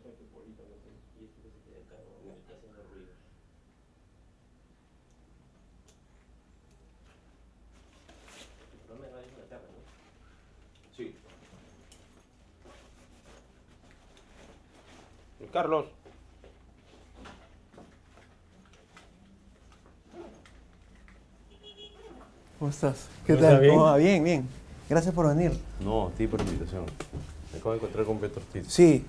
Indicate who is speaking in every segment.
Speaker 1: sea que por ahorita no sé, y este que se quede acá, ¿no?
Speaker 2: Ya.
Speaker 1: Está haciendo ruido. El programa de radio es una tarde, ¿no?
Speaker 2: Sí.
Speaker 3: Carlos.
Speaker 4: ¿Cómo estás? ¿Qué
Speaker 3: ¿Está
Speaker 4: tal?
Speaker 3: bien?
Speaker 4: ¿Cómo va? Bien, bien. Gracias por venir.
Speaker 2: No, a ti por invitación. Me acabo de encontrar con Beto Ortiz.
Speaker 4: Sí.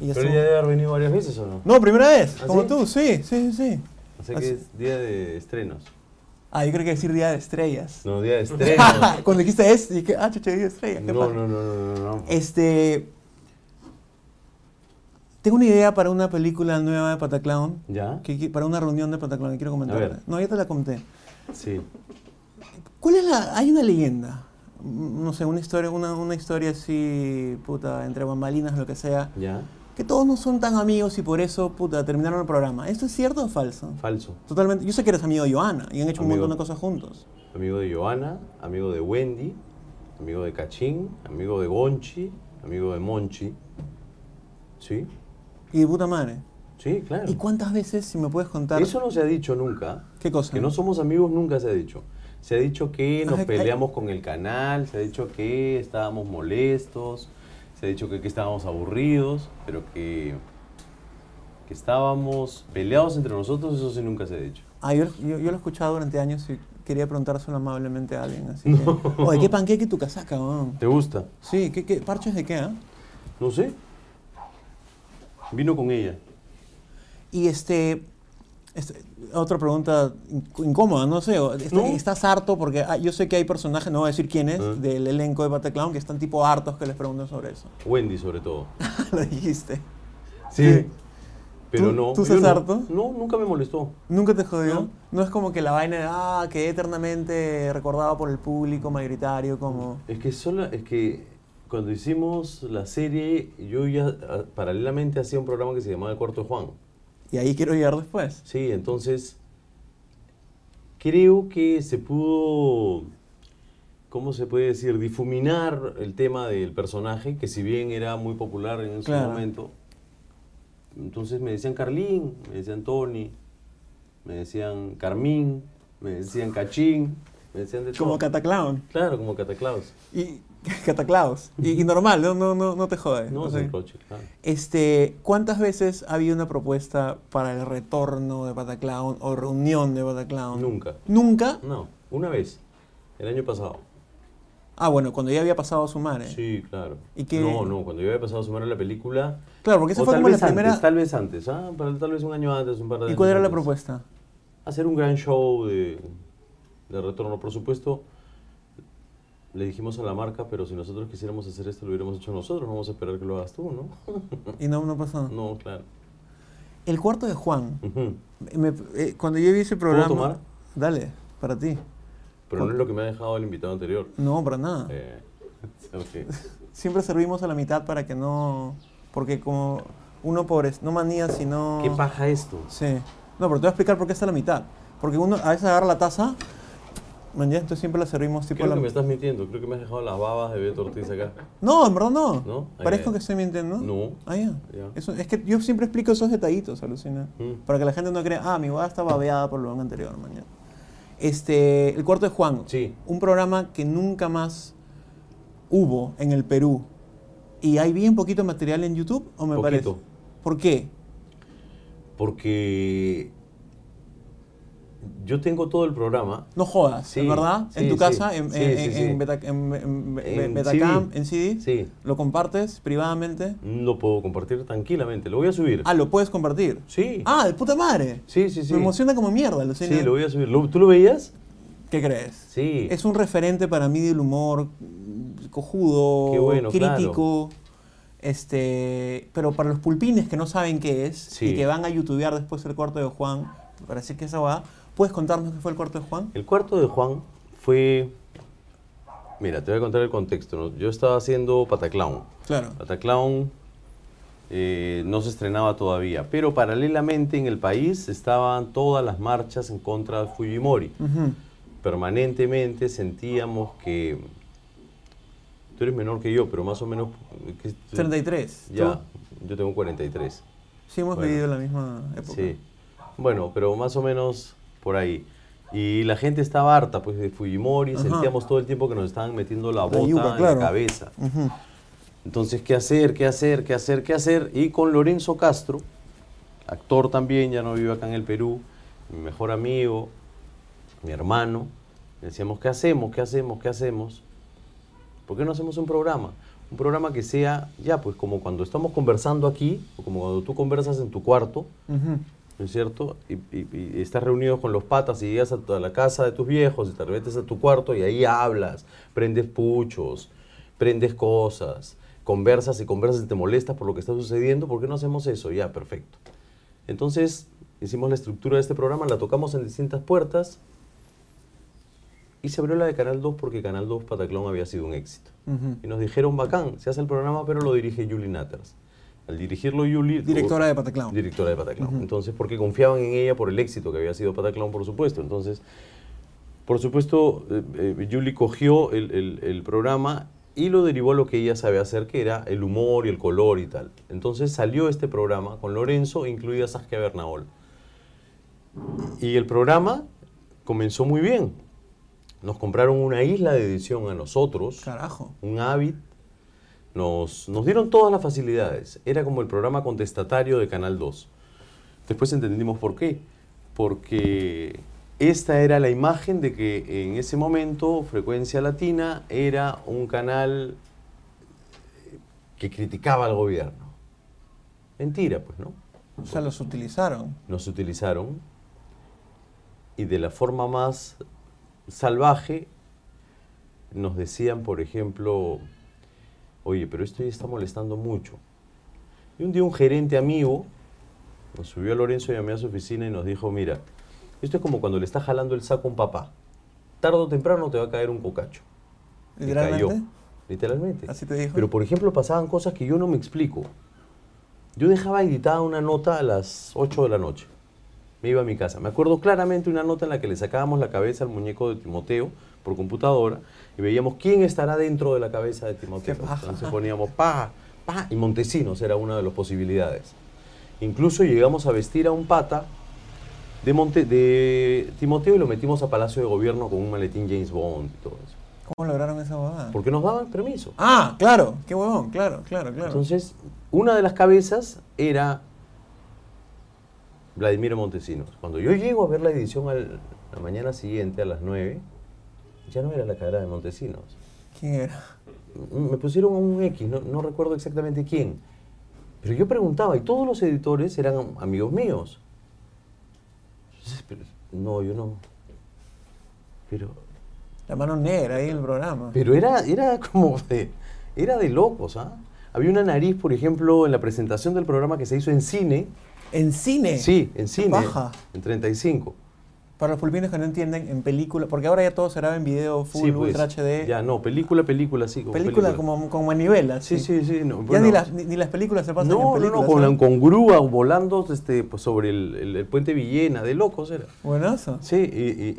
Speaker 4: Y ya
Speaker 2: ¿Pero
Speaker 4: estuvo.
Speaker 2: ya debe haber venido varias veces o no?
Speaker 4: No, primera vez,
Speaker 2: ¿Ah,
Speaker 4: como
Speaker 2: sí?
Speaker 4: tú, sí, sí, sí, sí.
Speaker 2: O sea
Speaker 4: Así-
Speaker 2: que es día de estrenos.
Speaker 4: Ah, yo creo que decir Día de Estrellas.
Speaker 2: No, día de estrenos.
Speaker 4: Cuando dijiste este, dije, ah, chucha, Día de Estrellas. ¿qué
Speaker 2: No,
Speaker 4: pasa?
Speaker 2: no, no, no, no, no.
Speaker 4: Este. Tengo una idea para una película nueva de Pataclown.
Speaker 2: ¿Ya?
Speaker 4: que qui- para una reunión de Pataclown que quiero
Speaker 2: ver.
Speaker 4: comentar. No, ya te la conté.
Speaker 2: Sí.
Speaker 4: ¿Cuál es la...? Hay una leyenda, mm, no sé, una historia, una, una historia así, puta, entre bambalinas, lo que sea,
Speaker 2: ¿Ya?
Speaker 4: que todos no son tan amigos y por eso, puta, terminaron el programa. ¿Esto es cierto o falso?
Speaker 2: Falso.
Speaker 4: Totalmente. Yo sé que eres amigo de Joana y han hecho
Speaker 2: Amigo.
Speaker 4: un montón de cosas juntos.
Speaker 2: Amigo de Joana, amigo de Wendy, amigo de Cachín, amigo de Gonchi, amigo de Monchi. ¿Sí?
Speaker 4: Y de puta madre.
Speaker 2: Sí, claro.
Speaker 4: ¿Y cuántas veces, si me puedes contar?
Speaker 2: Eso no se ha dicho nunca.
Speaker 4: ¿Qué cosa?
Speaker 2: Que no somos amigos nunca se ha dicho. Se ha dicho que nos
Speaker 4: Ay, ay.
Speaker 2: peleamos con el canal, se ha dicho que estábamos molestos, se ha dicho que, que estábamos aburridos, pero que, que estábamos peleados entre nosotros, eso sí nunca se ha dicho.
Speaker 4: Ah, yo, yo- yo lo he escuchado durante años y quería preguntárselo amablemente a alguien. Así que... Oye, qué panqueque tu casaca, weón.
Speaker 2: ¿Te gusta?
Speaker 4: Sí, ¿qué, qué parches de qué, ah?
Speaker 2: No sé. Vino con ella.
Speaker 4: Y este, este, otra pregunta inc- incómoda, no sé, o- este,
Speaker 2: No.
Speaker 4: ¿estás harto? Porque ah, yo sé que hay personajes, no voy a decir quién es,
Speaker 2: Ah.
Speaker 4: del elenco de Bataclown que están tipo hartos que les preguntan sobre eso.
Speaker 2: Wendy sobre todo.
Speaker 4: Lo dijiste. Sí.
Speaker 2: Pero
Speaker 4: ¿Tú-
Speaker 2: no.
Speaker 4: tú
Speaker 2: yo
Speaker 4: estás
Speaker 2: no.
Speaker 4: harto?
Speaker 2: No, nunca me molestó.
Speaker 4: ¿Nunca te jodió?
Speaker 2: No.
Speaker 4: No, es como que la vaina de, ah, quedé eternamente recordado por el público mayoritario, como...
Speaker 2: Es que solo, es que cuando hicimos la serie, yo ya ah, paralelamente hacía un programa que se llamaba El Cuarto de Juan.
Speaker 4: Y ahí quiero llegar después.
Speaker 2: Sí, entonces creo que se pudo, ¿cómo se puede decir? Difuminar el tema del personaje, que si bien era muy popular en ese
Speaker 4: Claro.
Speaker 2: momento. Entonces me decían Carlín, me decían Tony, me decían Carmín, me decían Cachín, me decían de
Speaker 4: Como
Speaker 2: todo.
Speaker 4: Cataclown.
Speaker 2: Claro, como Cataclaus.
Speaker 4: Y Cataclaus. Y, y normal, no, no, no, no te jode.
Speaker 2: No, pues.
Speaker 4: O sea,
Speaker 2: es un roche, claro.
Speaker 4: Este, ¿cuántas veces ha habido una propuesta para el retorno de Bataclown o reunión de Bataclown?
Speaker 2: Nunca.
Speaker 4: ¿Nunca?
Speaker 2: No, una vez, el año pasado.
Speaker 4: Ah, bueno, cuando ya había pasado a su madre.
Speaker 2: Sí, claro.
Speaker 4: Eh. ¿Y qué-
Speaker 2: No, no, cuando yo había pasado a sumar a la película.
Speaker 4: Claro, porque esa
Speaker 2: o
Speaker 4: fue
Speaker 2: tal
Speaker 4: como la
Speaker 2: vez antes,
Speaker 4: primera-
Speaker 2: Tal vez antes, ¿ah? Para- tal vez un año antes, un par de
Speaker 4: ¿Y cuál
Speaker 2: años
Speaker 4: era la
Speaker 2: antes.
Speaker 4: propuesta?
Speaker 2: Hacer un gran show de, de retorno. Por supuesto, le dijimos a la marca, pero si nosotros quisiéramos hacer esto, lo hubiéramos hecho nosotros. No vamos a esperar que lo hagas tú, ¿no?
Speaker 4: Y no, no pasó.
Speaker 2: no, claro.
Speaker 4: El cuarto de Juan.
Speaker 2: Ujú.
Speaker 4: Me- eh, cuando yo vi ese programa.
Speaker 2: tomar?
Speaker 4: Dale, para ti.
Speaker 2: Pero no es lo que me ha dejado el invitado anterior.
Speaker 4: No, para nada.
Speaker 2: Eh, ok.
Speaker 4: Siempre servimos a la mitad para que no. Porque como uno pobre, no manía, sino.
Speaker 2: ¿Qué paja esto?
Speaker 4: Sí. No, pero te voy a explicar por qué está a la mitad. Porque uno a veces agarra la taza, man, ya, entonces siempre la servimos tipo a
Speaker 2: Creo
Speaker 4: la
Speaker 2: que me estás mintiendo. Creo que me has dejado las babas de Beto Ortiz acá.
Speaker 4: No, en verdad no.
Speaker 2: ¿No? Ah,
Speaker 4: Parezco
Speaker 2: ya, ya.
Speaker 4: que estoy mintiendo.
Speaker 2: No.
Speaker 4: Ah, ya.
Speaker 2: Ya.
Speaker 4: Eso- es que yo siempre explico esos detallitos, alucina.
Speaker 2: Mm.
Speaker 4: Para que la gente no crea, ah, mi boda está babeada por lo anterior, mañana. Este, el cuarto de Juan.
Speaker 2: Sí.
Speaker 4: Un programa que nunca más hubo en el Perú. Y hay bien poquito material en YouTube, ¿o me
Speaker 2: Poquito.
Speaker 4: parece? ¿Por qué?
Speaker 2: Porque yo tengo todo el programa.
Speaker 4: No jodas,
Speaker 2: Sí,
Speaker 4: ¿es ¿verdad?
Speaker 2: sí,
Speaker 4: en tu
Speaker 2: sí.
Speaker 4: casa, en,
Speaker 2: Sí,
Speaker 4: en,
Speaker 2: sí,
Speaker 4: en-
Speaker 2: sí.
Speaker 4: en Beta- en- en-
Speaker 2: En
Speaker 4: Betacam,
Speaker 2: CD.
Speaker 4: en CD.
Speaker 2: Sí.
Speaker 4: ¿Lo compartes privadamente?
Speaker 2: Lo puedo compartir tranquilamente. Lo voy a subir.
Speaker 4: Ah, lo puedes compartir.
Speaker 2: Sí.
Speaker 4: Ah, de puta madre.
Speaker 2: sí, sí, sí.
Speaker 4: Me emociona como mierda,
Speaker 2: Sí,
Speaker 4: Lucina.
Speaker 2: lo voy a subir. ¿Lo- ¿Tú lo veías?
Speaker 4: ¿Qué crees?
Speaker 2: Sí.
Speaker 4: Es un referente para mí del humor mm, cojudo,
Speaker 2: Qué bueno,
Speaker 4: crítico. Este, pero para los pulpines que no saben qué es
Speaker 2: Sí.
Speaker 4: y que van a youtubear después el cuarto de Juan, para decir que esa va, ¿puedes contarnos qué fue el cuarto de Juan?
Speaker 2: El cuarto de Juan fue... Mira, te voy a contar el contexto. ¿no? Yo estaba haciendo Pataclown.
Speaker 4: Claro.
Speaker 2: Pataclown eh, no se estrenaba todavía, pero paralelamente en el país estaban todas las marchas en contra de Fujimori.
Speaker 4: Ujú.
Speaker 2: permanentemente sentíamos que Tú eres menor que yo, pero más o menos... ¿qué- tú-
Speaker 4: 33. ¿tú?
Speaker 2: Ya, yo tengo 43.
Speaker 4: Sí, hemos
Speaker 2: Bueno.
Speaker 4: vivido la misma época.
Speaker 2: Sí. Bueno, pero más o menos por ahí. Y la gente estaba harta, pues, de Fujimori,
Speaker 4: Ajá.
Speaker 2: sentíamos todo el tiempo que nos estaban metiendo la
Speaker 4: La
Speaker 2: bota
Speaker 4: yuca,
Speaker 2: en
Speaker 4: claro.
Speaker 2: la cabeza.
Speaker 4: Ujú.
Speaker 2: Entonces, ¿qué hacer? ¿Qué hacer? ¿Qué hacer? ¿Qué hacer? Y con Lorenzo Castro, actor también, ya no vive acá en el Perú, mi mejor amigo, mi hermano, decíamos, ¿qué hacemos? ¿Qué hacemos? ¿Qué hacemos? ¿Por qué no hacemos un programa? Un programa que sea, ya, pues como cuando estamos conversando aquí, o como cuando tú conversas en tu cuarto,
Speaker 4: Ujú.
Speaker 2: ¿no es cierto? Y, y- y estás reunido con los patas y llegas a, tu- a la casa de tus viejos y te metes a tu cuarto y ahí hablas, prendes puchos, prendes cosas, conversas y conversas y te molestas por lo que está sucediendo, ¿por qué no hacemos eso? Ya, perfecto. Entonces, hicimos la estructura de este programa, la tocamos en distintas puertas y se abrió la de Canal 2 porque Canal 2 Pataclón había sido un éxito.
Speaker 4: Ujú.
Speaker 2: Y nos dijeron, bacán, se hace el programa, pero lo dirige Julie Natters. Al dirigirlo Julie...
Speaker 4: Directora de Pataclown.
Speaker 2: Directora de Pataclown.
Speaker 4: Ujú.
Speaker 2: Entonces, porque confiaban en ella por el éxito que había sido Pataclown, por supuesto. Entonces, por supuesto, eh, eh, Julie cogió el, el- el programa y lo derivó a lo que ella sabe hacer, que era el humor y el color y tal. Entonces salió este programa con Lorenzo, incluida Saskia Bernaol. Y el programa comenzó muy bien. Nos compraron una isla de edición a nosotros
Speaker 4: Carajo.
Speaker 2: un hábit. Nos, nos dieron todas las facilidades. Era como el programa contestatario de Canal 2. Después entendimos por qué. Porque esta era la imagen de que en ese momento Frecuencia Latina era un canal eh, que criticaba al gobierno. Mentira, pues, ¿no?
Speaker 4: O sea, los utilizaron.
Speaker 2: nos utilizaron y de la forma más salvaje nos decían, por ejemplo, oye, pero esto ya está molestando mucho. Y un día un gerente amigo nos subió a Lorenzo y a mí a su oficina y nos dijo, mira, esto es como cuando le está jalando el saco a un papá. Tarde o temprano te va a caer un cocacho. Y
Speaker 4: Literalmente.
Speaker 2: cayó. Literalmente.
Speaker 4: Así te dijo.
Speaker 2: Pero por ejemplo pasaban cosas que yo no me explico. Yo dejaba editada una nota a las 8 de la noche. Me iba a mi casa. Me acuerdo claramente una nota en la que le sacábamos la cabeza al muñeco de Timoteo por computadora y veíamos quién estará dentro de la cabeza de Timoteo.
Speaker 4: Qué paja.
Speaker 2: Entonces poníamos pa, pa, y Montesinos era una de las posibilidades. Incluso llegamos a vestir a un pata de, Monte- de Timoteo y lo metimos a Palacio de Gobierno con un maletín James Bond y todo eso.
Speaker 4: ¿Cómo lograron esa bobada?
Speaker 2: Porque nos daban permiso.
Speaker 4: Ah, claro. Qué huevón. Claro, claro, claro.
Speaker 2: Entonces, una de las cabezas era Vladimiro Montesinos. Cuando yo llego a ver la edición al, la mañana siguiente, a las 9, ya no era la cara de Montesinos.
Speaker 4: ¿Quién era?
Speaker 2: M- Me pusieron un X, no, no recuerdo exactamente quién. Pero yo preguntaba, y todos los editores eran am- amigos míos. Entonces, pero- No, yo no. Pero
Speaker 4: La mano negra ahí en el programa.
Speaker 2: pero era, era como de. Era de locos, ¿ah? Había una nariz, por ejemplo, en la presentación del programa que se hizo en cine.
Speaker 4: En cine.
Speaker 2: Sí, en
Speaker 4: Eh, Qué
Speaker 2: cine.
Speaker 4: paja.
Speaker 2: En 35.
Speaker 4: Para los pulpinos que no entienden, en película, porque ahora ya todo se graba en video full,
Speaker 2: sí, pues,
Speaker 4: ultra HD.
Speaker 2: Ya, no, película, película, sí. Como
Speaker 4: película, como con manivela.
Speaker 2: Sí,
Speaker 4: así.
Speaker 2: sí, sí. No,
Speaker 4: Ya
Speaker 2: bueno,
Speaker 4: ni, las, ni, ni las películas se pasan
Speaker 2: no,
Speaker 4: en
Speaker 2: no, no,
Speaker 4: películas.
Speaker 2: con,
Speaker 4: ¿eh?
Speaker 2: la- con grúa volando este, pues, sobre el, el- el puente Villena, de locos era.
Speaker 4: Buenazo.
Speaker 2: Sí, y,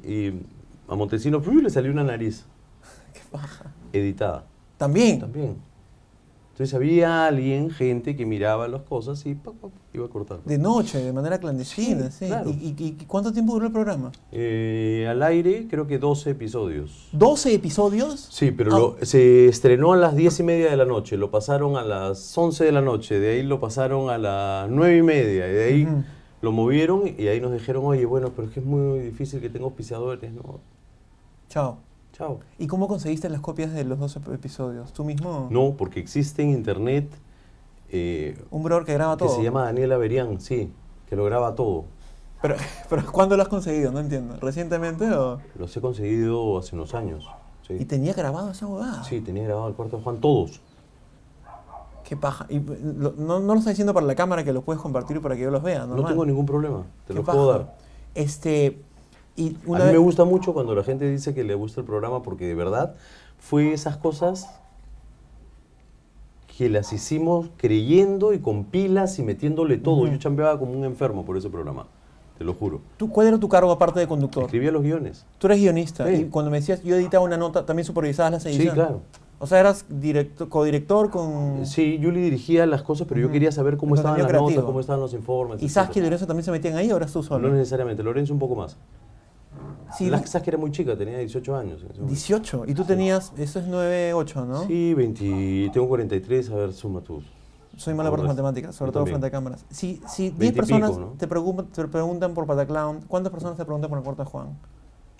Speaker 2: y- y a Montesino ¡piu! le salió una nariz
Speaker 4: Qué paja.
Speaker 2: editada.
Speaker 4: También.
Speaker 2: También. Entonces había alguien, gente que miraba las cosas y pa, pa, iba cortando.
Speaker 4: De noche, de manera clandestina, sí.
Speaker 2: Sí, claro.
Speaker 4: ¿Y, y- y cuánto tiempo duró el programa?
Speaker 2: Eh, al aire creo que 12 episodios.
Speaker 4: ¿12 episodios?
Speaker 2: Sí, pero lo-
Speaker 4: Ah.
Speaker 2: se estrenó a las 10 y media de la noche, lo pasaron a las 11 de la noche, de ahí lo pasaron a las 9 y media, y de ahí
Speaker 4: Ujú.
Speaker 2: lo movieron y ahí nos dijeron, oye, bueno, pero es que es muy difícil que tenga auspiciadores, ¿no?
Speaker 4: Chao.
Speaker 2: Chao.
Speaker 4: ¿Y cómo conseguiste las copias de los 12 episodios? ¿Tú mismo?
Speaker 2: No, porque existe en internet eh,
Speaker 4: Un brother que graba
Speaker 2: que
Speaker 4: todo.
Speaker 2: se llama Daniel Averián, sí, que lo graba todo.
Speaker 4: Pero, pero ¿cuándo lo has conseguido? No entiendo. ¿Recientemente o...?
Speaker 2: Los he conseguido hace unos años. Sí,
Speaker 4: ¿Y tenía grabado esa huevada?
Speaker 2: Sí, tenía grabado el cuarto de Juan todos.
Speaker 4: Qué paja. Y, eh, lo- no, no lo estás diciendo para la cámara que los puedes compartir para que yo los vea, normal.
Speaker 2: No tengo ningún problema, te
Speaker 4: Qué
Speaker 2: los puedo
Speaker 4: paja.
Speaker 2: dar.
Speaker 4: Este, y una
Speaker 2: a mí
Speaker 4: vez-
Speaker 2: me gusta mucho cuando la gente dice que le gusta el programa porque de verdad fue esas cosas que las hicimos creyendo y con pilas y metiéndole todo. Yo chambeaba como un enfermo por ese programa, te lo juro.
Speaker 4: ¿Tú, ¿Cuál era tu cargo aparte de conductor?
Speaker 2: Escribía los guiones.
Speaker 4: Tú eres guionista
Speaker 2: Sí.
Speaker 4: y cuando me decías yo editaba una nota, también supervisabas las
Speaker 2: Sí,
Speaker 4: ediciones.
Speaker 2: claro.
Speaker 4: O sea, eras directo, codirector con...
Speaker 2: Sí, yo le dirigía las cosas, pero yo
Speaker 4: Ujú.
Speaker 2: quería saber cómo
Speaker 4: El
Speaker 2: estaban las
Speaker 4: contenido
Speaker 2: notas,
Speaker 4: creativo.
Speaker 2: cómo estaban los informes.
Speaker 4: Y
Speaker 2: etcétera.
Speaker 4: Saskia y Lorenzo también se metían ahí, ahora tú solo.
Speaker 2: No necesariamente, Lorenzo un poco más.
Speaker 4: Sí,
Speaker 2: La Saskia era muy chica, tenía 18 años. en ese momento.
Speaker 4: 18. Y tú tenías, eso es 9-8, ¿no?
Speaker 2: Sí, 20, tengo 43, a ver, suma tú.
Speaker 4: Soy mala para las
Speaker 2: Ahora,
Speaker 4: matemáticas, sobre
Speaker 2: yo
Speaker 4: todo
Speaker 2: también.
Speaker 4: frente a cámaras. Si, si 10
Speaker 2: Veinte y pico,
Speaker 4: personas
Speaker 2: ¿no?
Speaker 4: te, preocupan- te preguntan por Pataclown, ¿cuántas personas te preguntan por el cuarto de Juan?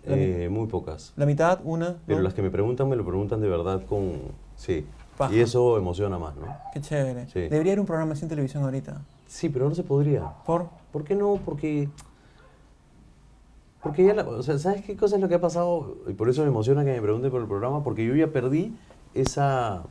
Speaker 4: La, mi-
Speaker 2: Eh, muy pocas.
Speaker 4: la mitad, una,
Speaker 2: Pero
Speaker 4: dos.
Speaker 2: las que me preguntan, me lo preguntan de verdad con... Sí.
Speaker 4: Paja.
Speaker 2: Y eso emociona más, ¿no?
Speaker 4: Qué chévere.
Speaker 2: Sí.
Speaker 4: Debería ir un programa sin televisión ahorita.
Speaker 2: Sí, pero no se podría.
Speaker 4: ¿Por?
Speaker 2: ¿Por qué no? Porque... Porque ya la- o sea, ¿sabes qué cosa es lo que ha pasado? Y por eso me emociona que me pregunten por el programa, porque yo ya perdí esa...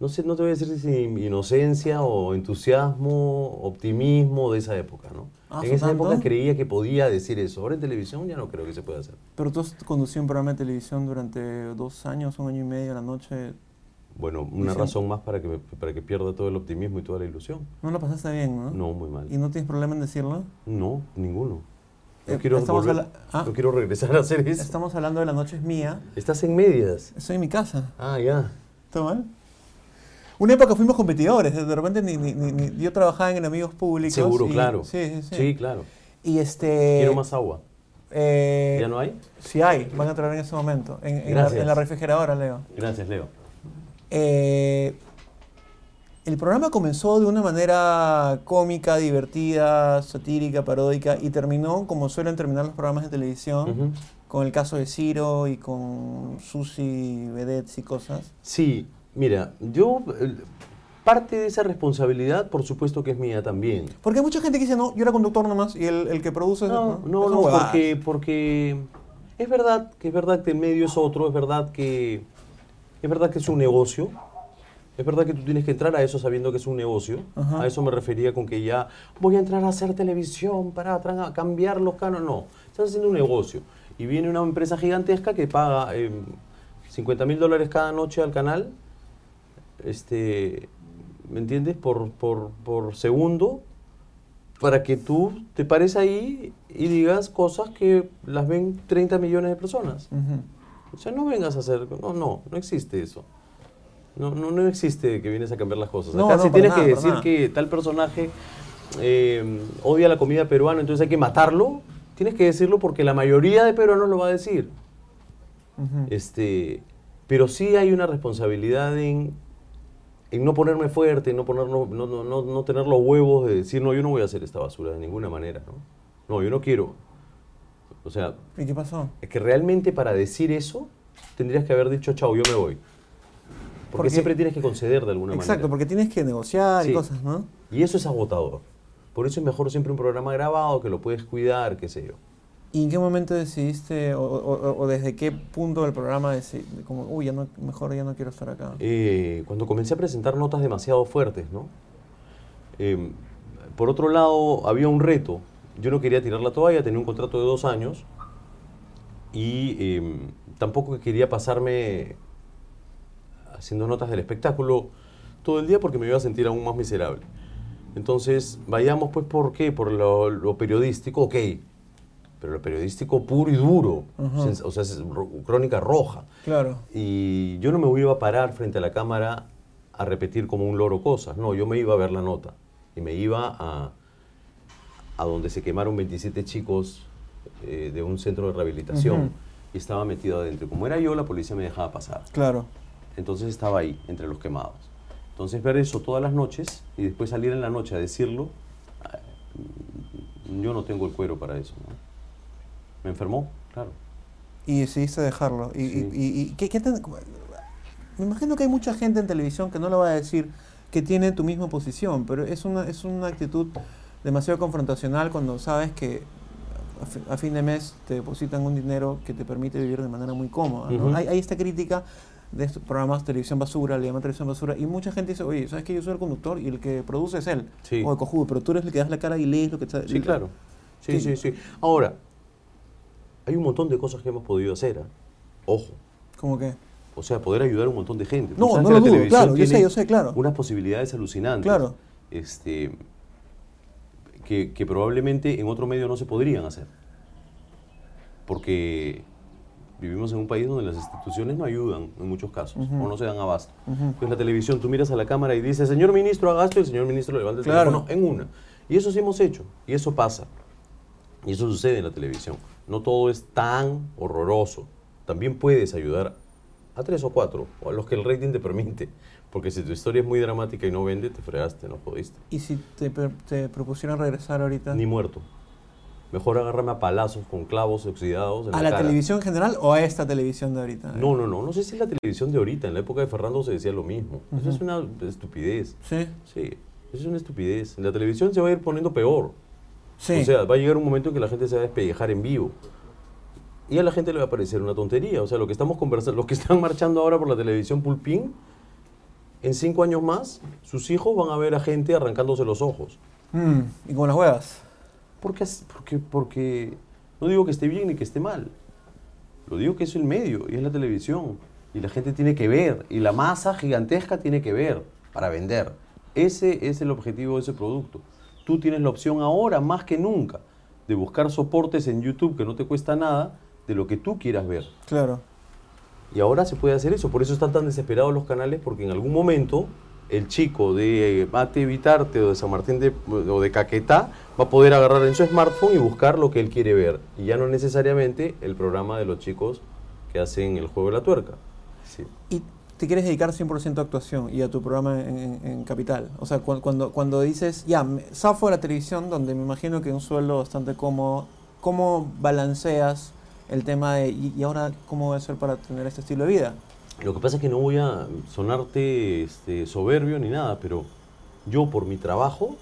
Speaker 2: No sé, no te voy a decir si inocencia o entusiasmo, optimismo de esa época, ¿no?
Speaker 4: Ah,
Speaker 2: en esa
Speaker 4: ¿tanto?
Speaker 2: época creía que podía decir eso. Ahora en televisión ya no creo que se pueda hacer.
Speaker 4: Pero tú has conducido un programa de televisión durante dos años, un año y medio a la noche.
Speaker 2: Bueno, una
Speaker 4: Dicen-
Speaker 2: razón más para que, me- para que pierda todo el optimismo y toda la ilusión.
Speaker 4: No lo pasaste bien, ¿no?
Speaker 2: No, muy mal.
Speaker 4: ¿Ah? ¿Y no tienes problema en decirlo?
Speaker 2: No, ninguno. No
Speaker 4: Eh,
Speaker 2: quiero,
Speaker 4: estamos
Speaker 2: volver-
Speaker 4: a la- ah.
Speaker 2: no quiero regresar a hacer eso.
Speaker 4: Estamos hablando de La Noche es Mía.
Speaker 2: Estás en medias.
Speaker 4: Estoy en mi casa.
Speaker 2: Ah, ya.
Speaker 4: ¿Está mal? Una época fuimos competidores, de repente ni, ni- ni- ni- yo trabajaba en enemigos públicos.
Speaker 2: Seguro,
Speaker 4: y-
Speaker 2: claro.
Speaker 4: Sí, sí, sí.
Speaker 2: Sí, claro.
Speaker 4: Y este.
Speaker 2: quiero más agua.
Speaker 4: eh,
Speaker 2: ¿Ya no hay?
Speaker 4: Si hay, van a traer en ese momento. En, en la,
Speaker 2: Gracias.
Speaker 4: en la refrigeradora, Leo.
Speaker 2: Gracias, Leo.
Speaker 4: Eh, el programa comenzó de una manera cómica, divertida, satírica, paródica y terminó como suelen terminar los programas de televisión,
Speaker 2: Ujú.
Speaker 4: con el caso de Ciro y con Susi, vedettes y cosas.
Speaker 2: Sí, mira, yo... eh, Parte de esa responsabilidad, por supuesto que es mía también.
Speaker 4: Porque hay mucha gente que dice, no, yo era conductor nomás y el, el que produce...
Speaker 2: No, no,
Speaker 4: Esas
Speaker 2: no,
Speaker 4: huevadas.
Speaker 2: porque, porque es verdad que es verdad que el medio es otro, es verdad que es verdad que es un negocio. Es verdad que tú tienes que entrar a eso sabiendo que es un negocio.
Speaker 4: Ajá.
Speaker 2: A eso me refería con que ya voy a entrar a hacer televisión para tra- cambiar los cánones. No, estás haciendo un negocio. Y viene una empresa gigantesca que paga eh, 50 mil dólares cada noche al canal este, ¿me entiendes? Por, por, por segundo, para que tú te pares ahí y digas cosas que las ven 30 millones de personas.
Speaker 4: Ujú.
Speaker 2: O sea, no vengas a hacer, no, no, no existe eso. No, no, no existe que vienes a cambiar las cosas.
Speaker 4: No,
Speaker 2: Acá
Speaker 4: no,
Speaker 2: si
Speaker 4: para
Speaker 2: tienes
Speaker 4: nada,
Speaker 2: que
Speaker 4: para
Speaker 2: decir
Speaker 4: nada.
Speaker 2: que tal personaje eh, odia la comida peruana, entonces hay que matarlo, tienes que decirlo porque la mayoría de peruanos lo va a decir.
Speaker 4: Ujú.
Speaker 2: Este, pero sí hay una responsabilidad en, en no ponerme fuerte, en no, ponerlo, no, no, no, no tener los huevos de decir, no, yo no voy a hacer esta basura de ninguna manera, ¿no? No, yo no quiero. O sea,
Speaker 4: ¿Y qué pasó?
Speaker 2: es que realmente para decir eso tendrías que haber dicho, chao, yo me voy. Porque,
Speaker 4: Porque-
Speaker 2: siempre tienes que conceder de alguna
Speaker 4: Exacto,
Speaker 2: manera.
Speaker 4: porque tienes que negociar
Speaker 2: Sí.
Speaker 4: y cosas, ¿no?
Speaker 2: Y eso es agotador. Por eso es mejor siempre un programa grabado, que lo puedes cuidar, qué sé yo.
Speaker 4: ¿Y en qué momento decidiste o, o- o- o desde qué punto del programa decidiste, como, uy, ya no, mejor ya no quiero estar acá?
Speaker 2: Eh, cuando comencé a presentar notas demasiado fuertes, ¿no? Eh, por otro lado, había un reto. Yo no quería tirar la toalla, tenía un contrato de dos años y eh, tampoco quería pasarme haciendo notas del espectáculo todo el día porque me iba a sentir aún más miserable. Entonces, vayamos pues por qué, por lo, lo periodístico, ok, pero lo periodístico puro y duro,
Speaker 4: Ajá.
Speaker 2: sens- o sea, es ro- crónica roja.
Speaker 4: Claro.
Speaker 2: Y yo no me iba a parar frente a la cámara a repetir como un loro cosas. No, yo me iba a ver la nota. Y me iba a, a donde se quemaron 27 chicos eh, de un centro de rehabilitación.
Speaker 4: Ujú.
Speaker 2: Y estaba metido adentro. Y Como era yo, la policía me dejaba pasar.
Speaker 4: Claro.
Speaker 2: Entonces estaba ahí, entre los quemados. Entonces ver eso todas las noches y después salir en la noche a decirlo, ah, mm, yo no tengo el cuero para eso. ¿no? Me enfermó, claro.
Speaker 4: Y decidiste dejarlo. Y,
Speaker 2: Sí.
Speaker 4: y- y- y ¿qué- qué tan- como- me imagino que hay mucha gente en televisión que no lo va a decir que tiene tu misma posición, pero es una, es una actitud demasiado confrontacional cuando sabes que a fi- a fin de mes te depositan un dinero que te permite vivir de manera muy cómoda. ¿no?
Speaker 2: Ujú.
Speaker 4: hay, hay esta crítica de estos programas televisión basura, le llaman televisión basura, y mucha gente dice, oye, ¿sabes que yo soy el conductor y el que produce es él?
Speaker 2: Sí.
Speaker 4: O el cojudo, pero tú eres el que das la cara y lees lo que está...
Speaker 2: Sí, claro. Sí, sí,
Speaker 4: Sí.
Speaker 2: sí. Ahora, hay un montón de cosas que hemos podido hacer. ¿ah? Ojo.
Speaker 4: Como que...
Speaker 2: O sea, poder ayudar a un montón de gente. Tú
Speaker 4: No,
Speaker 2: sabes
Speaker 4: no
Speaker 2: que
Speaker 4: lo
Speaker 2: la
Speaker 4: dudo,
Speaker 2: televisión
Speaker 4: claro, yo sé,
Speaker 2: tiene
Speaker 4: yo sé, claro.
Speaker 2: Unas posibilidades alucinantes.
Speaker 4: Claro.
Speaker 2: Este, que, que probablemente en otro medio no se podrían hacer. Porque vivimos en un país donde las instituciones no ayudan en muchos casos
Speaker 4: Ujú.
Speaker 2: o no se dan abasto.
Speaker 4: Ujú.
Speaker 2: Entonces la televisión, tú miras a la cámara y dices, señor ministro, haga esto", y el señor ministro levanta el
Speaker 4: Claro.
Speaker 2: teléfono en una. Y eso sí hemos hecho, y eso pasa. Y eso sucede en la televisión. No todo es tan horroroso. También puedes ayudar a tres o cuatro, o a los que el rating te permite. Porque si tu historia es muy dramática y no vende, te fregaste, no pudiste.
Speaker 4: ¿Y si te, per- te propusieron regresar ahorita?
Speaker 2: Ni muerto. Mejor agárrame a palazos con clavos oxidados en
Speaker 4: ¿A
Speaker 2: la
Speaker 4: la
Speaker 2: cara.
Speaker 4: televisión en general o a esta televisión de ahorita?
Speaker 2: No, no, no. No sé si es la televisión de ahorita. En la época de Fernando se decía lo mismo. Eso es una estupidez.
Speaker 4: Sí,
Speaker 2: Sí, eso es una estupidez. La televisión se va a ir poniendo peor.
Speaker 4: sí.
Speaker 2: O sea, va a llegar un momento en que la gente se va a despellejar en vivo. Y a la gente le va a parecer una tontería. O sea, lo que estamos conversando, los que están marchando ahora por la televisión Pulpín, en cinco años más, sus hijos van a ver a gente arrancándose los ojos.
Speaker 4: Mm, y con las huevas.
Speaker 2: Porque, as- porque, porque no digo que esté bien ni que esté mal. Lo digo que es el medio y es la televisión. Y la gente tiene que ver. Y la masa gigantesca tiene que ver para vender. Ese es el objetivo de ese producto. Tú tienes la opción ahora, más que nunca, de buscar soportes en YouTube que no te cuesta nada de lo que tú quieras ver.
Speaker 4: Claro.
Speaker 2: Y ahora se puede hacer eso. Por eso están tan desesperados los canales, porque en algún momento el chico de eh, Mate Vitarte o de San Martín de, o de Caquetá va a poder agarrar en su smartphone y buscar lo que él quiere ver. Y ya no necesariamente el programa de los chicos que hacen el juego de la tuerca. Sí.
Speaker 4: Y te quieres dedicar 100% a actuación y a tu programa en, en- en Capital. O sea, cu- cuando, cuando dices, ya, me- zafo de la televisión, donde me imagino que un sueldo bastante cómodo, ¿cómo balanceas el tema de, y, y ahora cómo voy a hacer para tener este estilo de vida?
Speaker 2: Lo que pasa es que no voy a sonarte este, soberbio ni nada, pero yo por mi trabajo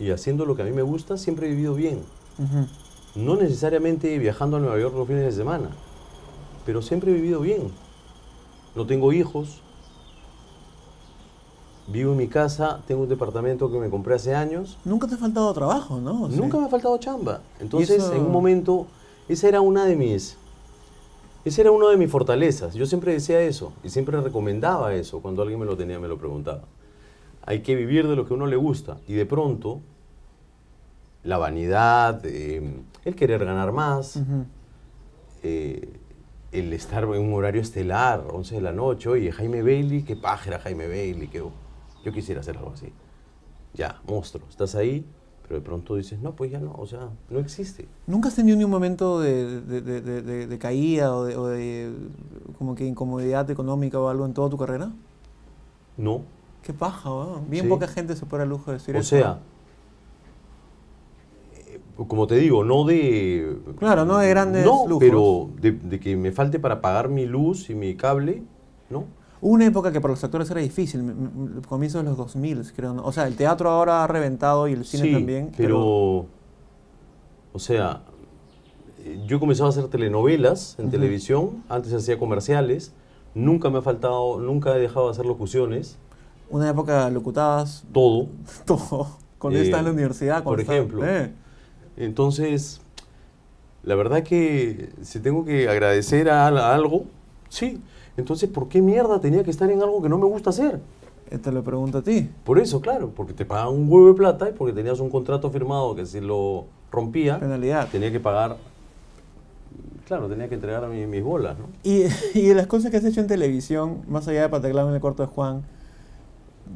Speaker 2: y haciendo lo que a mí me gusta siempre he vivido bien.
Speaker 4: Ujú.
Speaker 2: No necesariamente viajando a Nueva York los fines de semana, pero siempre he vivido bien. No tengo hijos. Vivo en mi casa, tengo un departamento que me compré hace años.
Speaker 4: Nunca te ha faltado trabajo, ¿no? O sea,
Speaker 2: Nunca me ha faltado chamba. Entonces,
Speaker 4: eso-
Speaker 2: en un momento, esa era una de mis. Esa era una de mis fortalezas. Yo siempre decía eso y siempre recomendaba eso cuando alguien me lo tenía, me lo preguntaba. Hay que vivir de lo que uno le gusta y de pronto la vanidad, eh, el querer ganar más,
Speaker 4: Ujú.
Speaker 2: eh, el estar en un horario estelar, 11 de la noche, oye, Jaime Bailey, qué pájara Jaime Bailey, que yo quisiera hacer algo así. Ya, monstruo, estás ahí, pero de pronto dices, no, pues ya no, o sea, no existe.
Speaker 4: ¿Nunca has tenido ni un momento de, de- de- de- de- de caída o de, o de, como que incomodidad económica o algo en toda tu carrera?
Speaker 2: No,
Speaker 4: Qué paja, weón. Bien
Speaker 2: Sí.
Speaker 4: poca gente se pone el lujo de decir
Speaker 2: o
Speaker 4: eso.
Speaker 2: sea, eh, como te digo, no de...
Speaker 4: Claro, no de grandes
Speaker 2: No,
Speaker 4: lujos.
Speaker 2: pero de, de que me falte para pagar mi luz y mi cable, ¿no?
Speaker 4: Hubo una época que para los actores era difícil, m- m- comienzos de los 2000, creo. ¿no? O sea, el teatro ahora ha reventado y el cine también.
Speaker 2: Pero, o sea, eh, yo he comenzado a hacer telenovelas en televisión, antes hacía comerciales, nunca me ha faltado, nunca he dejado de hacer locuciones,
Speaker 4: Una época locutadas
Speaker 2: todo.
Speaker 4: todo. Cuando
Speaker 2: Eh,
Speaker 4: yo estaba en la universidad.
Speaker 2: por
Speaker 4: cuando estaba-
Speaker 2: ejemplo.
Speaker 4: eh.
Speaker 2: Entonces, la verdad que si tengo que agradecer a, al- a algo, sí. Entonces, ¿por qué mierda tenía que estar en algo que no me gusta hacer?
Speaker 4: Eh, Te lo pregunto a ti.
Speaker 2: Por eso, claro, porque te pagaban un huevo de plata y porque tenías un contrato firmado que si lo rompía,
Speaker 4: Penalidad.
Speaker 2: Ah, tenía que pagar, claro, tenía que entregar mi- mis bolas, ¿no?
Speaker 4: Y, y de las cosas que has hecho en televisión, más allá de Pataclán en el cuarto de Juan,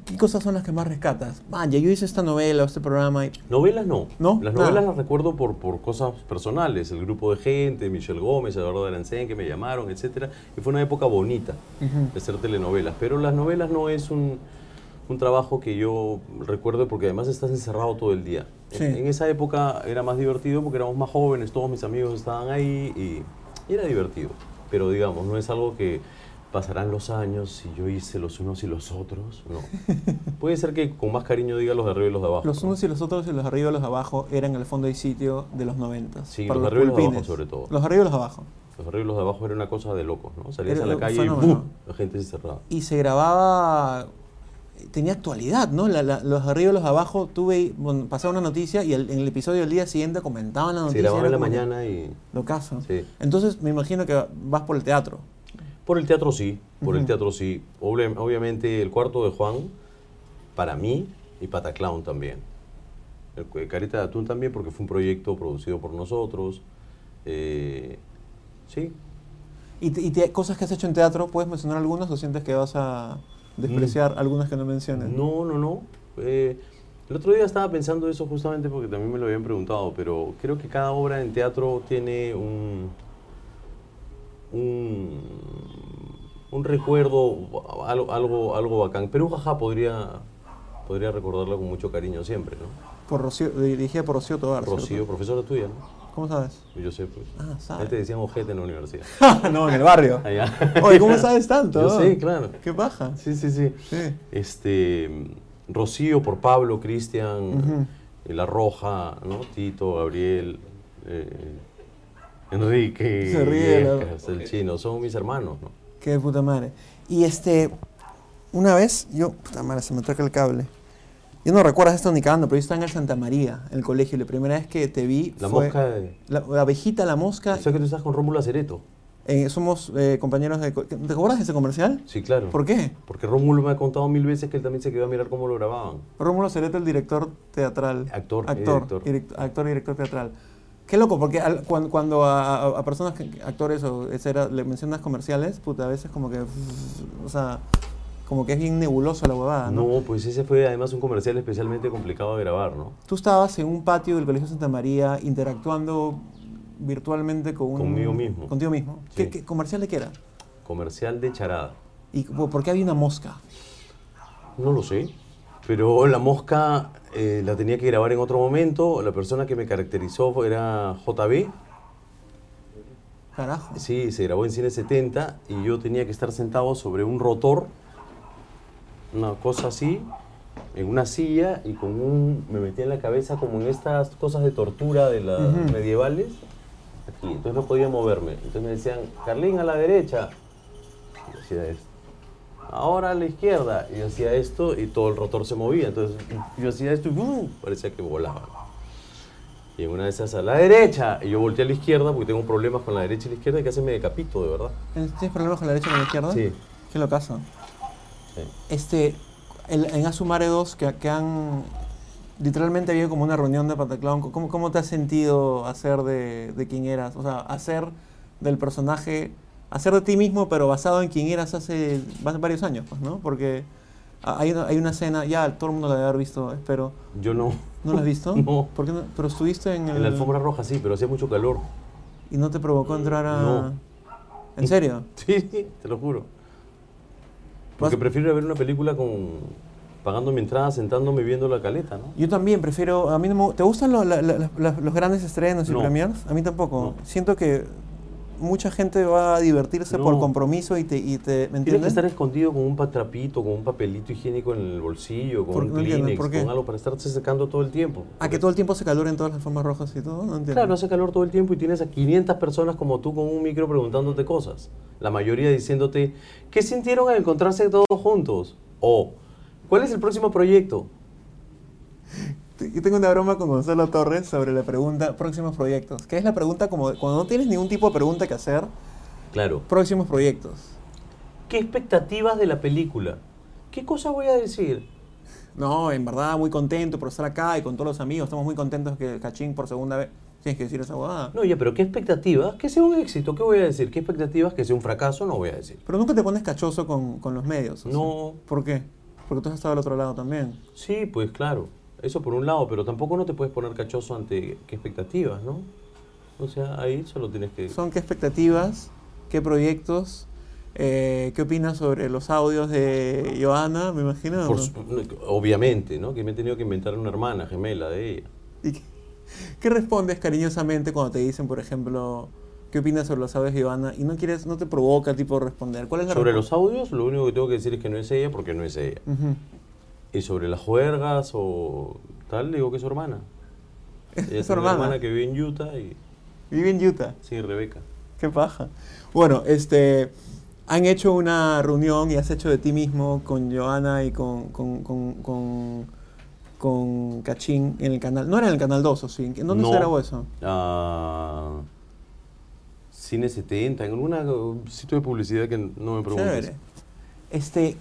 Speaker 4: ¿qué cosas son las que más rescatas? Vaya, yo hice esta novela o este programa y...
Speaker 2: Novelas no.
Speaker 4: No,
Speaker 2: Las
Speaker 4: nada.
Speaker 2: novelas las recuerdo por, por cosas personales, el grupo de gente, Michelle Gómez, Eduardo Arancén, que me llamaron, etcétera, y fue una época bonita de hacer telenovelas, pero las novelas no es un, un trabajo que yo recuerdo porque además estás encerrado todo el día.
Speaker 4: Sí.
Speaker 2: En, en esa época era más divertido porque éramos más jóvenes, todos mis amigos estaban ahí y, y era divertido, pero digamos, no es algo que pasarán los años y yo hice los unos y los otros, no. Puede ser que con más cariño diga los de arriba y los de abajo.
Speaker 4: Los
Speaker 2: ¿no?
Speaker 4: unos y los otros y los arriba y los abajo eran el fondo y sitio de los 90.
Speaker 2: Sí, los arriba y los abajo, sobre todo.
Speaker 4: Los arriba y los abajo.
Speaker 2: Los arreglos de abajo era una cosa de locos, ¿no? Salías
Speaker 4: Era
Speaker 2: a la
Speaker 4: un
Speaker 2: calle y
Speaker 4: fenómeno.
Speaker 2: ¡bum! La gente se cerraba.
Speaker 4: y se grababa tenía actualidad, ¿no? La- la- los arriba y los abajo, tuve, bueno, pasaba una noticia y el- en el episodio del día siguiente comentaban la
Speaker 2: Se
Speaker 4: noticia.
Speaker 2: grababa
Speaker 4: era
Speaker 2: en la
Speaker 4: como que-
Speaker 2: mañana y...
Speaker 4: Lo caso.
Speaker 2: Sí.
Speaker 4: Entonces me imagino que vas por el teatro.
Speaker 2: Por el teatro sí, por el teatro sí. Obli- Obviamente el cuarto de Juan, para mí, y Pataclown también. El cu- Carita de Atún también, porque fue un proyecto producido por nosotros. Eh, sí,
Speaker 4: ¿Y, te- y te- cosas que has hecho en teatro? ¿Puedes mencionar algunas o sientes que vas a despreciar algunas que no menciones?
Speaker 2: Mm. No, no, no. Eh, el otro día estaba pensando eso justamente porque también me lo habían preguntado, pero creo que cada obra en teatro tiene un, un, un recuerdo, algo, algo, algo bacán. Perú Jajá podría, podría recordarlo con mucho cariño siempre, ¿no?
Speaker 4: Por Rocío, dirigida por Rocío Tobar. ¿cierto?
Speaker 2: Rocío, profesora tuya, ¿no?
Speaker 4: ¿Cómo sabes?
Speaker 2: Yo sé, pues.
Speaker 4: Ah,
Speaker 2: Antes
Speaker 4: sabes.
Speaker 2: decían ojete en la universidad.
Speaker 4: no, en el barrio.
Speaker 2: Allá.
Speaker 4: Oye, ¿cómo sabes tanto?
Speaker 2: Yo sé, claro.
Speaker 4: ¿Qué baja?
Speaker 2: Sí, sí, sí.
Speaker 4: Sí.
Speaker 2: este mm, Rocío por Pablo, Cristian,
Speaker 4: Ujú.
Speaker 2: eh, La Roja, ¿no? Tito, Gabriel, eh, Enrique,
Speaker 4: Se ríe, la-
Speaker 2: Yescas, el chino, son mis hermanos, ¿no?
Speaker 4: Qué de puta madre. Y este, una vez, yo, puta madre, se me toca el cable. Yo no recuerdo esto ni cagando, pero yo estaba en el Santa María, en el colegio, y la primera vez que te vi
Speaker 2: La
Speaker 4: fue...
Speaker 2: mosca de...
Speaker 4: La, la abejita, la mosca.
Speaker 2: O sea que tú estás con Rómulo Acereto.
Speaker 4: eh, somos eh, compañeros de... co- ¿Te acuerdas de ese comercial?
Speaker 2: Sí, claro.
Speaker 4: ¿Por qué?
Speaker 2: Porque Rómulo me ha contado mil veces que él también se quedó a mirar cómo lo grababan.
Speaker 4: Rómulo Cerete, el director teatral.
Speaker 2: Actor y
Speaker 4: actor,
Speaker 2: director.
Speaker 4: direct- actor y director teatral. Qué loco, porque al- cuan- cuando, a, a- a personas, que- actores o etcétera, le mencionas comerciales, puta, a veces como que. O sea, como que es bien nebuloso la huevada, Ah, ¿no?
Speaker 2: No, pues ese fue además un comercial especialmente complicado de grabar, ¿no?
Speaker 4: Tú estabas en un patio del Colegio Santa María interactuando virtualmente con un.
Speaker 2: Conmigo mismo.
Speaker 4: Contigo mismo.
Speaker 2: Sí.
Speaker 4: ¿Qué, qué comercial de qué era?
Speaker 2: Comercial de charada.
Speaker 4: ¿Y po- por qué había una mosca?
Speaker 2: No lo sé. Pero la mosca eh, la tenía que grabar en otro momento. La persona que me caracterizó fue- era JB.
Speaker 4: Carajo.
Speaker 2: Sí, se grabó en Cine 70 y yo tenía que estar sentado sobre un rotor, una cosa así, en una silla y con un... Me metía en la cabeza como en estas cosas de tortura de las
Speaker 4: Ujú.
Speaker 2: medievales. Aquí, entonces no podía moverme. Entonces me decían, Carlín, a la derecha. Y decía esto. Ahora a la izquierda. Y yo hacía esto y todo el rotor se movía. Entonces yo hacía esto y ¡uh! parecía que volaba. Y en una de esas a la derecha. Y yo volteé a la izquierda porque tengo problemas con la derecha y la izquierda que hacen me decapito, de verdad.
Speaker 4: ¿Tienes problemas con la derecha y con la izquierda?
Speaker 2: Sí.
Speaker 4: Qué locazo.
Speaker 2: Sí.
Speaker 4: Este, el- en Asumare 2, que, que han. Literalmente había como una reunión de Pataclown. ¿Cómo, ¿Cómo te has sentido hacer de, de quién eras? O sea, hacer del personaje. Hacer de ti mismo, pero basado en quién eras hace va- varios años, pues, ¿no? Porque a- hay una, hay una escena, ya todo el mundo la debe haber visto, espero.
Speaker 2: Yo no.
Speaker 4: ¿No la has visto?
Speaker 2: No.
Speaker 4: ¿Por qué no? Pero estuviste en el.
Speaker 2: En la alfombra roja sí, pero hacía mucho calor.
Speaker 4: Y no te provocó entrar a.
Speaker 2: No.
Speaker 4: ¿En serio?
Speaker 2: Sí, sí, te lo juro. Porque
Speaker 4: Vas-
Speaker 2: prefiero ir a ver una película con pagando mi entrada, sentándome y viendo la caleta, ¿no?
Speaker 4: Yo también prefiero. A mí no me, ¿Te gustan lo- la- la- la- los grandes estrenos y
Speaker 2: No.
Speaker 4: premiers? A mí tampoco.
Speaker 2: No.
Speaker 4: Siento que mucha gente va a divertirse por
Speaker 2: No.
Speaker 4: compromiso y te. Y te ¿Me
Speaker 2: Tienes que
Speaker 4: entiendes?
Speaker 2: estar escondido con un patrapito, con un papelito higiénico en el bolsillo,
Speaker 4: ¿Por-
Speaker 2: con un
Speaker 4: no entiendo,
Speaker 2: Kleenex,
Speaker 4: por qué?
Speaker 2: con algo para estarse secando todo el tiempo.
Speaker 4: A que todo el tiempo se caluren todas las formas rojas y todo. No entiendo.
Speaker 2: Claro, hace calor todo el tiempo y tienes a 500 personas como tú con un micro preguntándote cosas. La mayoría diciéndote, ¿qué sintieron al encontrarse todos juntos? O, ¿cuál es el próximo proyecto?
Speaker 4: T- Yo tengo una broma con Gonzalo Torres sobre la pregunta próximos proyectos. Que es la pregunta como cuando no tienes ningún tipo de pregunta que hacer,
Speaker 2: Claro.
Speaker 4: próximos proyectos.
Speaker 2: ¿Qué expectativas de la película? ¿Qué cosa voy a decir?
Speaker 4: No, en verdad, muy contento por estar acá y con todos los amigos. Estamos muy contentos que Cachín por segunda vez. Tienes que decir esa huevada.
Speaker 2: No, ya, pero ¿qué expectativas? Que sea un éxito, ¿qué voy a decir? ¿Qué expectativas? Que sea un fracaso, no voy a decir.
Speaker 4: Pero nunca te pones cachoso con, con los medios. ¿o
Speaker 2: No.
Speaker 4: sí? ¿Por qué? Porque tú has estado al otro lado también.
Speaker 2: Sí, pues claro. Eso por un lado, pero tampoco no te puedes poner cachoso ante qué expectativas, ¿no? O sea, ahí solo tienes que...
Speaker 4: ¿Son qué expectativas? ¿Qué proyectos? Eh, ¿Qué opinas sobre los audios de Joana? Me imagino. ¿no?
Speaker 2: Por su- obviamente, ¿no? Que me he tenido que inventar una hermana gemela de ella.
Speaker 4: ¿Y qué, qué respondes cariñosamente cuando te dicen, por ejemplo, qué opinas sobre los audios de Joana? Y no quieres, no te provoca tipo responder. ¿Cuál es la
Speaker 2: Sobre
Speaker 4: respuesta?
Speaker 2: los audios, lo único que tengo que decir es que no es ella porque no es ella.
Speaker 4: Ujú.
Speaker 2: Y sobre las juergas o tal, le digo que es su hermana.
Speaker 4: Es
Speaker 2: Ella
Speaker 4: su
Speaker 2: tiene una
Speaker 4: hermana.
Speaker 2: que vive en Utah y...
Speaker 4: Vive en Utah.
Speaker 2: Sí, Rebeca.
Speaker 4: Qué paja. Bueno, este, han hecho una reunión y has hecho de ti mismo con Joana y con, con, con, con, con Cachín en el canal. No era en el canal 2, ¿o sí? ¿En dónde
Speaker 2: No.
Speaker 4: se grabó eso?
Speaker 2: Ah, Cine 70, en algún sitio de publicidad que no me preguntes.
Speaker 4: Chévere. Este,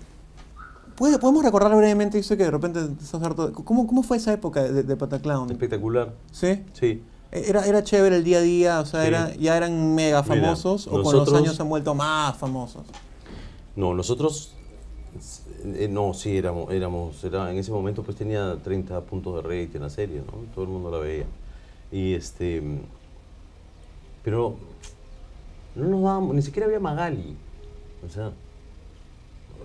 Speaker 4: ¿puede- podemos recordar brevemente eso que de repente estás harto. de- ¿Cómo, cómo fue esa época de, de Pataclown?
Speaker 2: Espectacular.
Speaker 4: ¿Sí?
Speaker 2: Sí.
Speaker 4: Era, era chévere el día a día, o sea,
Speaker 2: Sí.
Speaker 4: era, ya eran mega
Speaker 2: Mira,
Speaker 4: famosos o con los
Speaker 2: nosotros-
Speaker 4: años se han vuelto más famosos.
Speaker 2: No, nosotros. eh, no, sí, éramos. éramos era, en ese momento, pues tenía 30 puntos de rating la serie, ¿no? Todo el mundo la veía. Y este. Pero. No nos dábamos. Ni siquiera había Magali. O sea.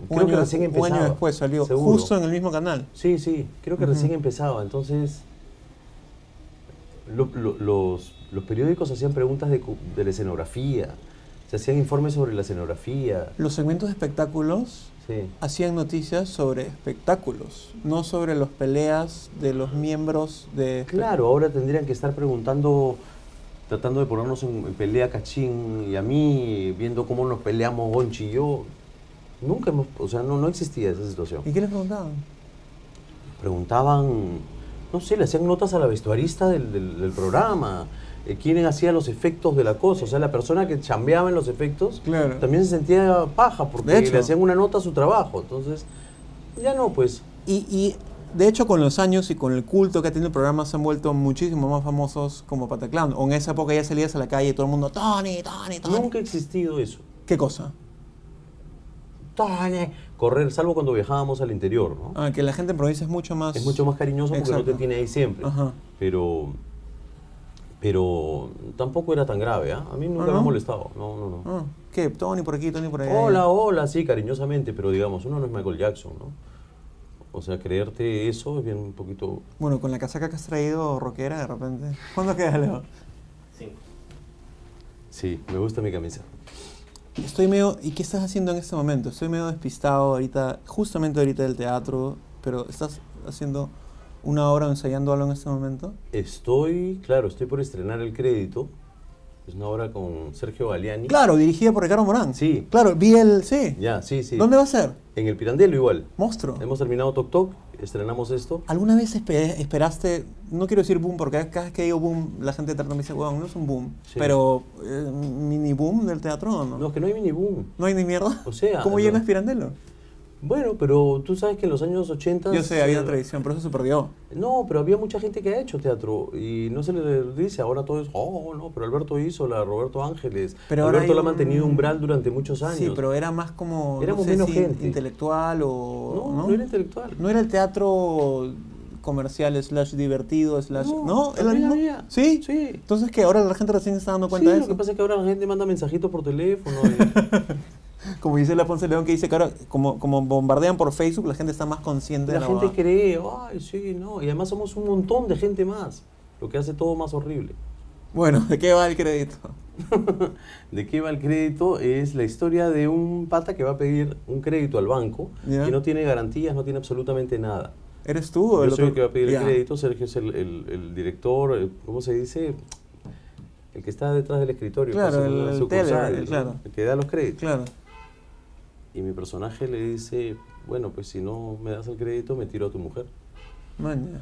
Speaker 4: Un,
Speaker 2: creo que
Speaker 4: año,
Speaker 2: recién
Speaker 4: un año
Speaker 2: empezaba.
Speaker 4: después salió,
Speaker 2: seguro.
Speaker 4: justo en el mismo canal.
Speaker 2: Sí, sí, creo que
Speaker 4: Ujú.
Speaker 2: recién empezaba. Entonces, lo- lo- los, los periódicos hacían preguntas de, cu- de la escenografía, se hacían informes sobre la escenografía.
Speaker 4: Los segmentos de espectáculos
Speaker 2: Sí,
Speaker 4: hacían noticias sobre espectáculos, no sobre las peleas de los miembros de...
Speaker 2: claro, ahora tendrían que estar preguntando, tratando de ponernos en, en pelea Cachín y a mí, viendo cómo nos peleamos Gonchi y yo. Nunca hemos, o sea, no, no existía esa situación.
Speaker 4: ¿Y qué les preguntaban?
Speaker 2: preguntaban, no sé, le hacían notas a la vestuarista del, del- del programa, eh, quién hacía los efectos de la cosa, o sea, la persona que chambeaba en los efectos
Speaker 4: Claro.
Speaker 2: también se sentía paja porque
Speaker 4: De hecho.
Speaker 2: le hacían una nota a su trabajo, entonces ya no, pues
Speaker 4: Y, y, de hecho con los años y con el culto que ha tenido el programa se han vuelto muchísimo más famosos como Pataclan. O en esa época ya salías a la calle y todo el mundo, Tony, Tony, Tony.
Speaker 2: nunca ha existido eso.
Speaker 4: ¿Qué cosa?
Speaker 2: Tane, Correr, salvo cuando viajábamos al interior, ¿no?
Speaker 4: Ah, que la gente en provincia es mucho más...
Speaker 2: Es mucho más cariñoso porque no
Speaker 4: Exacto.
Speaker 2: te tiene ahí siempre.
Speaker 4: Ajá.
Speaker 2: Pero pero tampoco era tan grave, ¿ah? A mí nunca
Speaker 4: Ah,
Speaker 2: me ha
Speaker 4: ¿no?
Speaker 2: molestado. No, no, no.
Speaker 4: Ah, ¿Qué? Tony por aquí, Tony por ahí.
Speaker 2: Hola, hola, sí, cariñosamente, pero digamos, uno no es Michael Jackson, ¿no? O sea, creerte eso es bien un poquito...
Speaker 4: Bueno, con la casaca que has traído rockera de repente. ¿Cuándo queda, Leo?
Speaker 1: Cinco.
Speaker 2: Sí, me gusta mi camisa.
Speaker 4: Estoy medio... ¿Y qué estás haciendo en este momento? Estoy medio despistado ahorita, justamente ahorita del teatro, pero ¿estás haciendo una obra o ensayando algo en este momento?
Speaker 2: Estoy, claro, estoy por estrenar El Crédito. Es una obra con Sergio Galeani.
Speaker 4: Claro, dirigida por Ricardo Morán.
Speaker 2: Sí.
Speaker 4: Claro, vi el... Sí.
Speaker 2: Ya, sí, sí.
Speaker 4: ¿Dónde va a ser?
Speaker 2: En El Pirandello igual.
Speaker 4: Monstruo.
Speaker 2: Hemos terminado Tok Tok, estrenamos esto.
Speaker 4: ¿Alguna vez espe- esperaste, no quiero decir boom, porque cada vez que digo boom, la gente de teatro me dice, weón, no es un boom,
Speaker 2: Sí.
Speaker 4: pero eh, mini boom del teatro o no?
Speaker 2: No,
Speaker 4: No,
Speaker 2: es que no hay mini boom.
Speaker 4: hay ni mierda.
Speaker 2: O sea,
Speaker 4: ¿Cómo
Speaker 2: no.
Speaker 4: llenas Pirandello?
Speaker 2: Bueno, pero tú sabes que en los años 80...
Speaker 4: Yo sé, había una
Speaker 2: eh,
Speaker 4: tradición, pero eso se perdió.
Speaker 2: No, pero había mucha gente que ha hecho teatro y no se le dice, ahora todo es, oh, no, pero Alberto hizo la Roberto Ángeles.
Speaker 4: Pero ahora
Speaker 2: Alberto
Speaker 4: hay
Speaker 2: la ha mantenido
Speaker 4: un-
Speaker 2: umbral durante muchos años.
Speaker 4: Sí, pero era más como,
Speaker 2: Éramos
Speaker 4: no sé
Speaker 2: menos
Speaker 4: si
Speaker 2: gente.
Speaker 4: intelectual o...
Speaker 2: no, no, era intelectual.
Speaker 4: No era el teatro comercial slash divertido slash... No, era el
Speaker 2: también
Speaker 4: mismo.
Speaker 2: había.
Speaker 4: ¿Sí.
Speaker 2: Sí.
Speaker 4: Entonces que ahora la gente recién se está dando cuenta
Speaker 2: Sí,
Speaker 4: de
Speaker 2: lo
Speaker 4: eso.
Speaker 2: que pasa es que ahora la gente manda mensajitos por teléfono. y-
Speaker 4: Como dice la Ponce León que dice que ahora como, como bombardean por Facebook, la gente está más consciente de
Speaker 2: la
Speaker 4: la
Speaker 2: gente
Speaker 4: huevada.
Speaker 2: cree, ay, sí, no. Y además somos un montón de gente más, lo que hace todo más horrible.
Speaker 4: Bueno, ¿de qué va el crédito?
Speaker 2: ¿De qué va el crédito? Es la historia de un pata que va a pedir un crédito al banco
Speaker 4: Ya.
Speaker 2: y no tiene garantías, no tiene absolutamente nada.
Speaker 4: ¿Eres tú o
Speaker 2: Yo
Speaker 4: el
Speaker 2: soy
Speaker 4: otro?
Speaker 2: el que va a pedir
Speaker 4: Ya.
Speaker 2: el crédito, Sergio es el, el- el director, el- ¿cómo se dice? El que está detrás del escritorio.
Speaker 4: Claro,
Speaker 2: pues, en
Speaker 4: el-
Speaker 2: la
Speaker 4: el
Speaker 2: sucursal,
Speaker 4: teller,
Speaker 2: ¿no?
Speaker 4: claro.
Speaker 2: El que da los créditos.
Speaker 4: Claro.
Speaker 2: Y mi personaje le dice, bueno, pues si no me das el crédito, me tiro a tu mujer.
Speaker 4: Man, ya.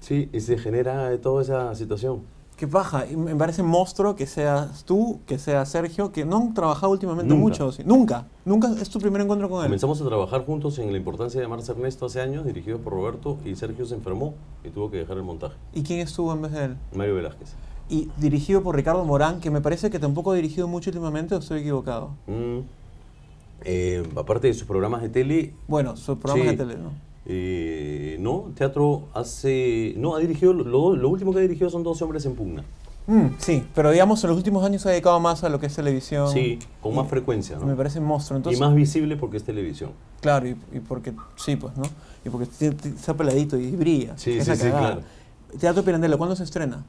Speaker 2: Sí, y se genera eh, toda esa situación.
Speaker 4: Qué paja. Y me parece monstruo que seas tú, que sea Sergio, que no han trabajado últimamente
Speaker 2: Nunca.
Speaker 4: mucho. ¿sí? Nunca. Nunca es tu primer encuentro con él.
Speaker 2: Comenzamos a trabajar juntos en La importancia de llamarse Ernesto hace años, dirigido por Roberto, y Sergio se enfermó y tuvo que dejar el montaje.
Speaker 4: ¿Y quién estuvo en vez de él?
Speaker 2: Mario Velázquez.
Speaker 4: Y dirigido por Ricardo Morán, que me parece que tampoco ha dirigido mucho últimamente, o estoy equivocado.
Speaker 2: Mm. Eh, aparte de sus programas de tele,
Speaker 4: Bueno, su programa
Speaker 2: Sí.
Speaker 4: de tele, ¿no?
Speaker 2: Eh, no, teatro hace. No, ha dirigido. Lo, lo último que ha dirigido son 12 hombres en pugna.
Speaker 4: Mm, sí, pero digamos en los últimos años se ha dedicado más a lo que es televisión.
Speaker 2: Sí, con más
Speaker 4: Y-
Speaker 2: frecuencia, ¿no?
Speaker 4: Me parece monstruo. Entonces,
Speaker 2: y más visible porque es televisión.
Speaker 4: Claro, y, y porque sí, pues, ¿no? Y porque ti- ti- está peladito y brilla.
Speaker 2: Sí,
Speaker 4: es la
Speaker 2: sí, sí,
Speaker 4: cagada.
Speaker 2: claro.
Speaker 4: Teatro Pirandello, ¿cuándo se estrena?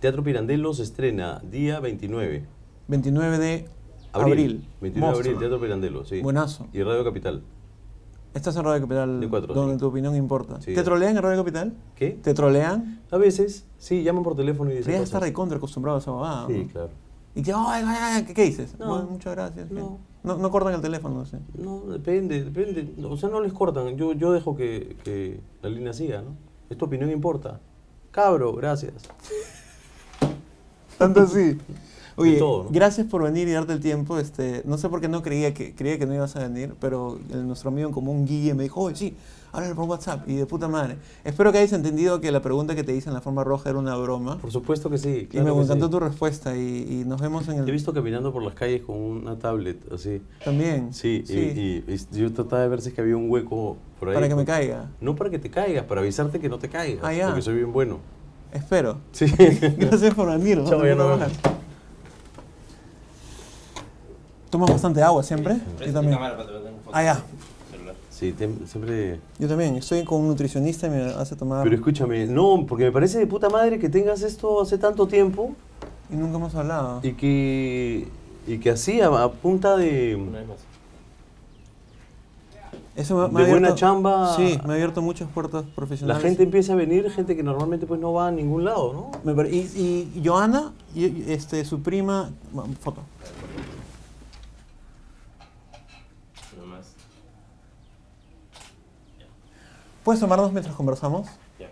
Speaker 2: Teatro Pirandello se estrena día 29.
Speaker 4: 29 de
Speaker 2: Abril.
Speaker 4: abril.
Speaker 2: 29 de abril,
Speaker 4: Monstruo.
Speaker 2: Teatro Pirandello, sí.
Speaker 4: Buenazo.
Speaker 2: Y Radio Capital.
Speaker 4: Estás en Radio Capital,
Speaker 2: De cuatro,
Speaker 4: donde
Speaker 2: sí.
Speaker 4: tu opinión importa.
Speaker 2: Sí.
Speaker 4: ¿Te trolean en Radio Capital?
Speaker 2: ¿Qué?
Speaker 4: ¿Te trolean?
Speaker 2: A veces, sí, llaman por teléfono y
Speaker 4: Pero
Speaker 2: dicen.
Speaker 4: ya
Speaker 2: cosas.
Speaker 4: estás recontra acostumbrado a esa bobada.
Speaker 2: Sí,
Speaker 4: ¿no?
Speaker 2: claro.
Speaker 4: Y que, "Ay, ay, ay", ¿qué, qué dices?
Speaker 2: No.
Speaker 4: "Ay, muchas gracias.
Speaker 2: No.
Speaker 4: no. no cortan el teléfono, sí.
Speaker 2: No, depende, depende. O sea, no les cortan. Yo, yo dejo que, que la línea siga, ¿no? Es tu opinión importa. Cabro, gracias.
Speaker 4: Tanto así. Oye,
Speaker 2: todo, ¿no?
Speaker 4: gracias por venir y darte el tiempo. Este, no sé por qué no creía que creía que no ibas a venir, pero el- nuestro amigo en común Guille me dijo, oye, sí, háblale por WhatsApp y de puta madre. Espero que hayas entendido que la pregunta que te hice en la forma roja era una broma.
Speaker 2: Por supuesto que sí.
Speaker 4: y me
Speaker 2: claro que
Speaker 4: encantó
Speaker 2: sí.
Speaker 4: tu respuesta y, y nos vemos en
Speaker 2: Te he
Speaker 4: el...
Speaker 2: visto caminando por las calles con una tablet, así.
Speaker 4: También.
Speaker 2: Sí, y- Y, y yo trataba de ver si es que había un hueco por ahí.
Speaker 4: para que me caiga.
Speaker 2: No para que te caigas, para avisarte que no te caigas.
Speaker 4: Ah, ya.
Speaker 2: Porque soy bien bueno.
Speaker 4: Espero.
Speaker 2: Sí.
Speaker 4: Gracias por venir. ¿no?
Speaker 2: Chao, ya nos vemos.
Speaker 4: Tomas bastante agua siempre. Yo
Speaker 1: Presta tu
Speaker 4: también.
Speaker 1: cámara para que te vengan fotos.
Speaker 4: Ah, ya.
Speaker 1: Celular.
Speaker 2: Sí, tem- siempre...
Speaker 4: Yo también. Estoy con un nutricionista y me hace tomar...
Speaker 2: Pero escúchame, no, porque me parece de puta madre que tengas esto hace tanto tiempo
Speaker 4: Y nunca hemos hablado.
Speaker 2: y que, y que así, a, a punta
Speaker 1: Una
Speaker 2: de...
Speaker 1: vez más.
Speaker 4: Eso me, me
Speaker 2: de buena chamba-
Speaker 4: Sí, me ha abierto muchas puertas profesionales.
Speaker 2: La gente empieza a venir, gente que normalmente pues no va a ningún lado, ¿no?
Speaker 4: Me pare- y, y Joana, y- y, este, su prima... ma- Foto.
Speaker 1: Una más.
Speaker 4: ¿Puedes tomarnos mientras conversamos?
Speaker 1: Ya.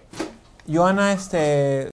Speaker 4: Joana, este...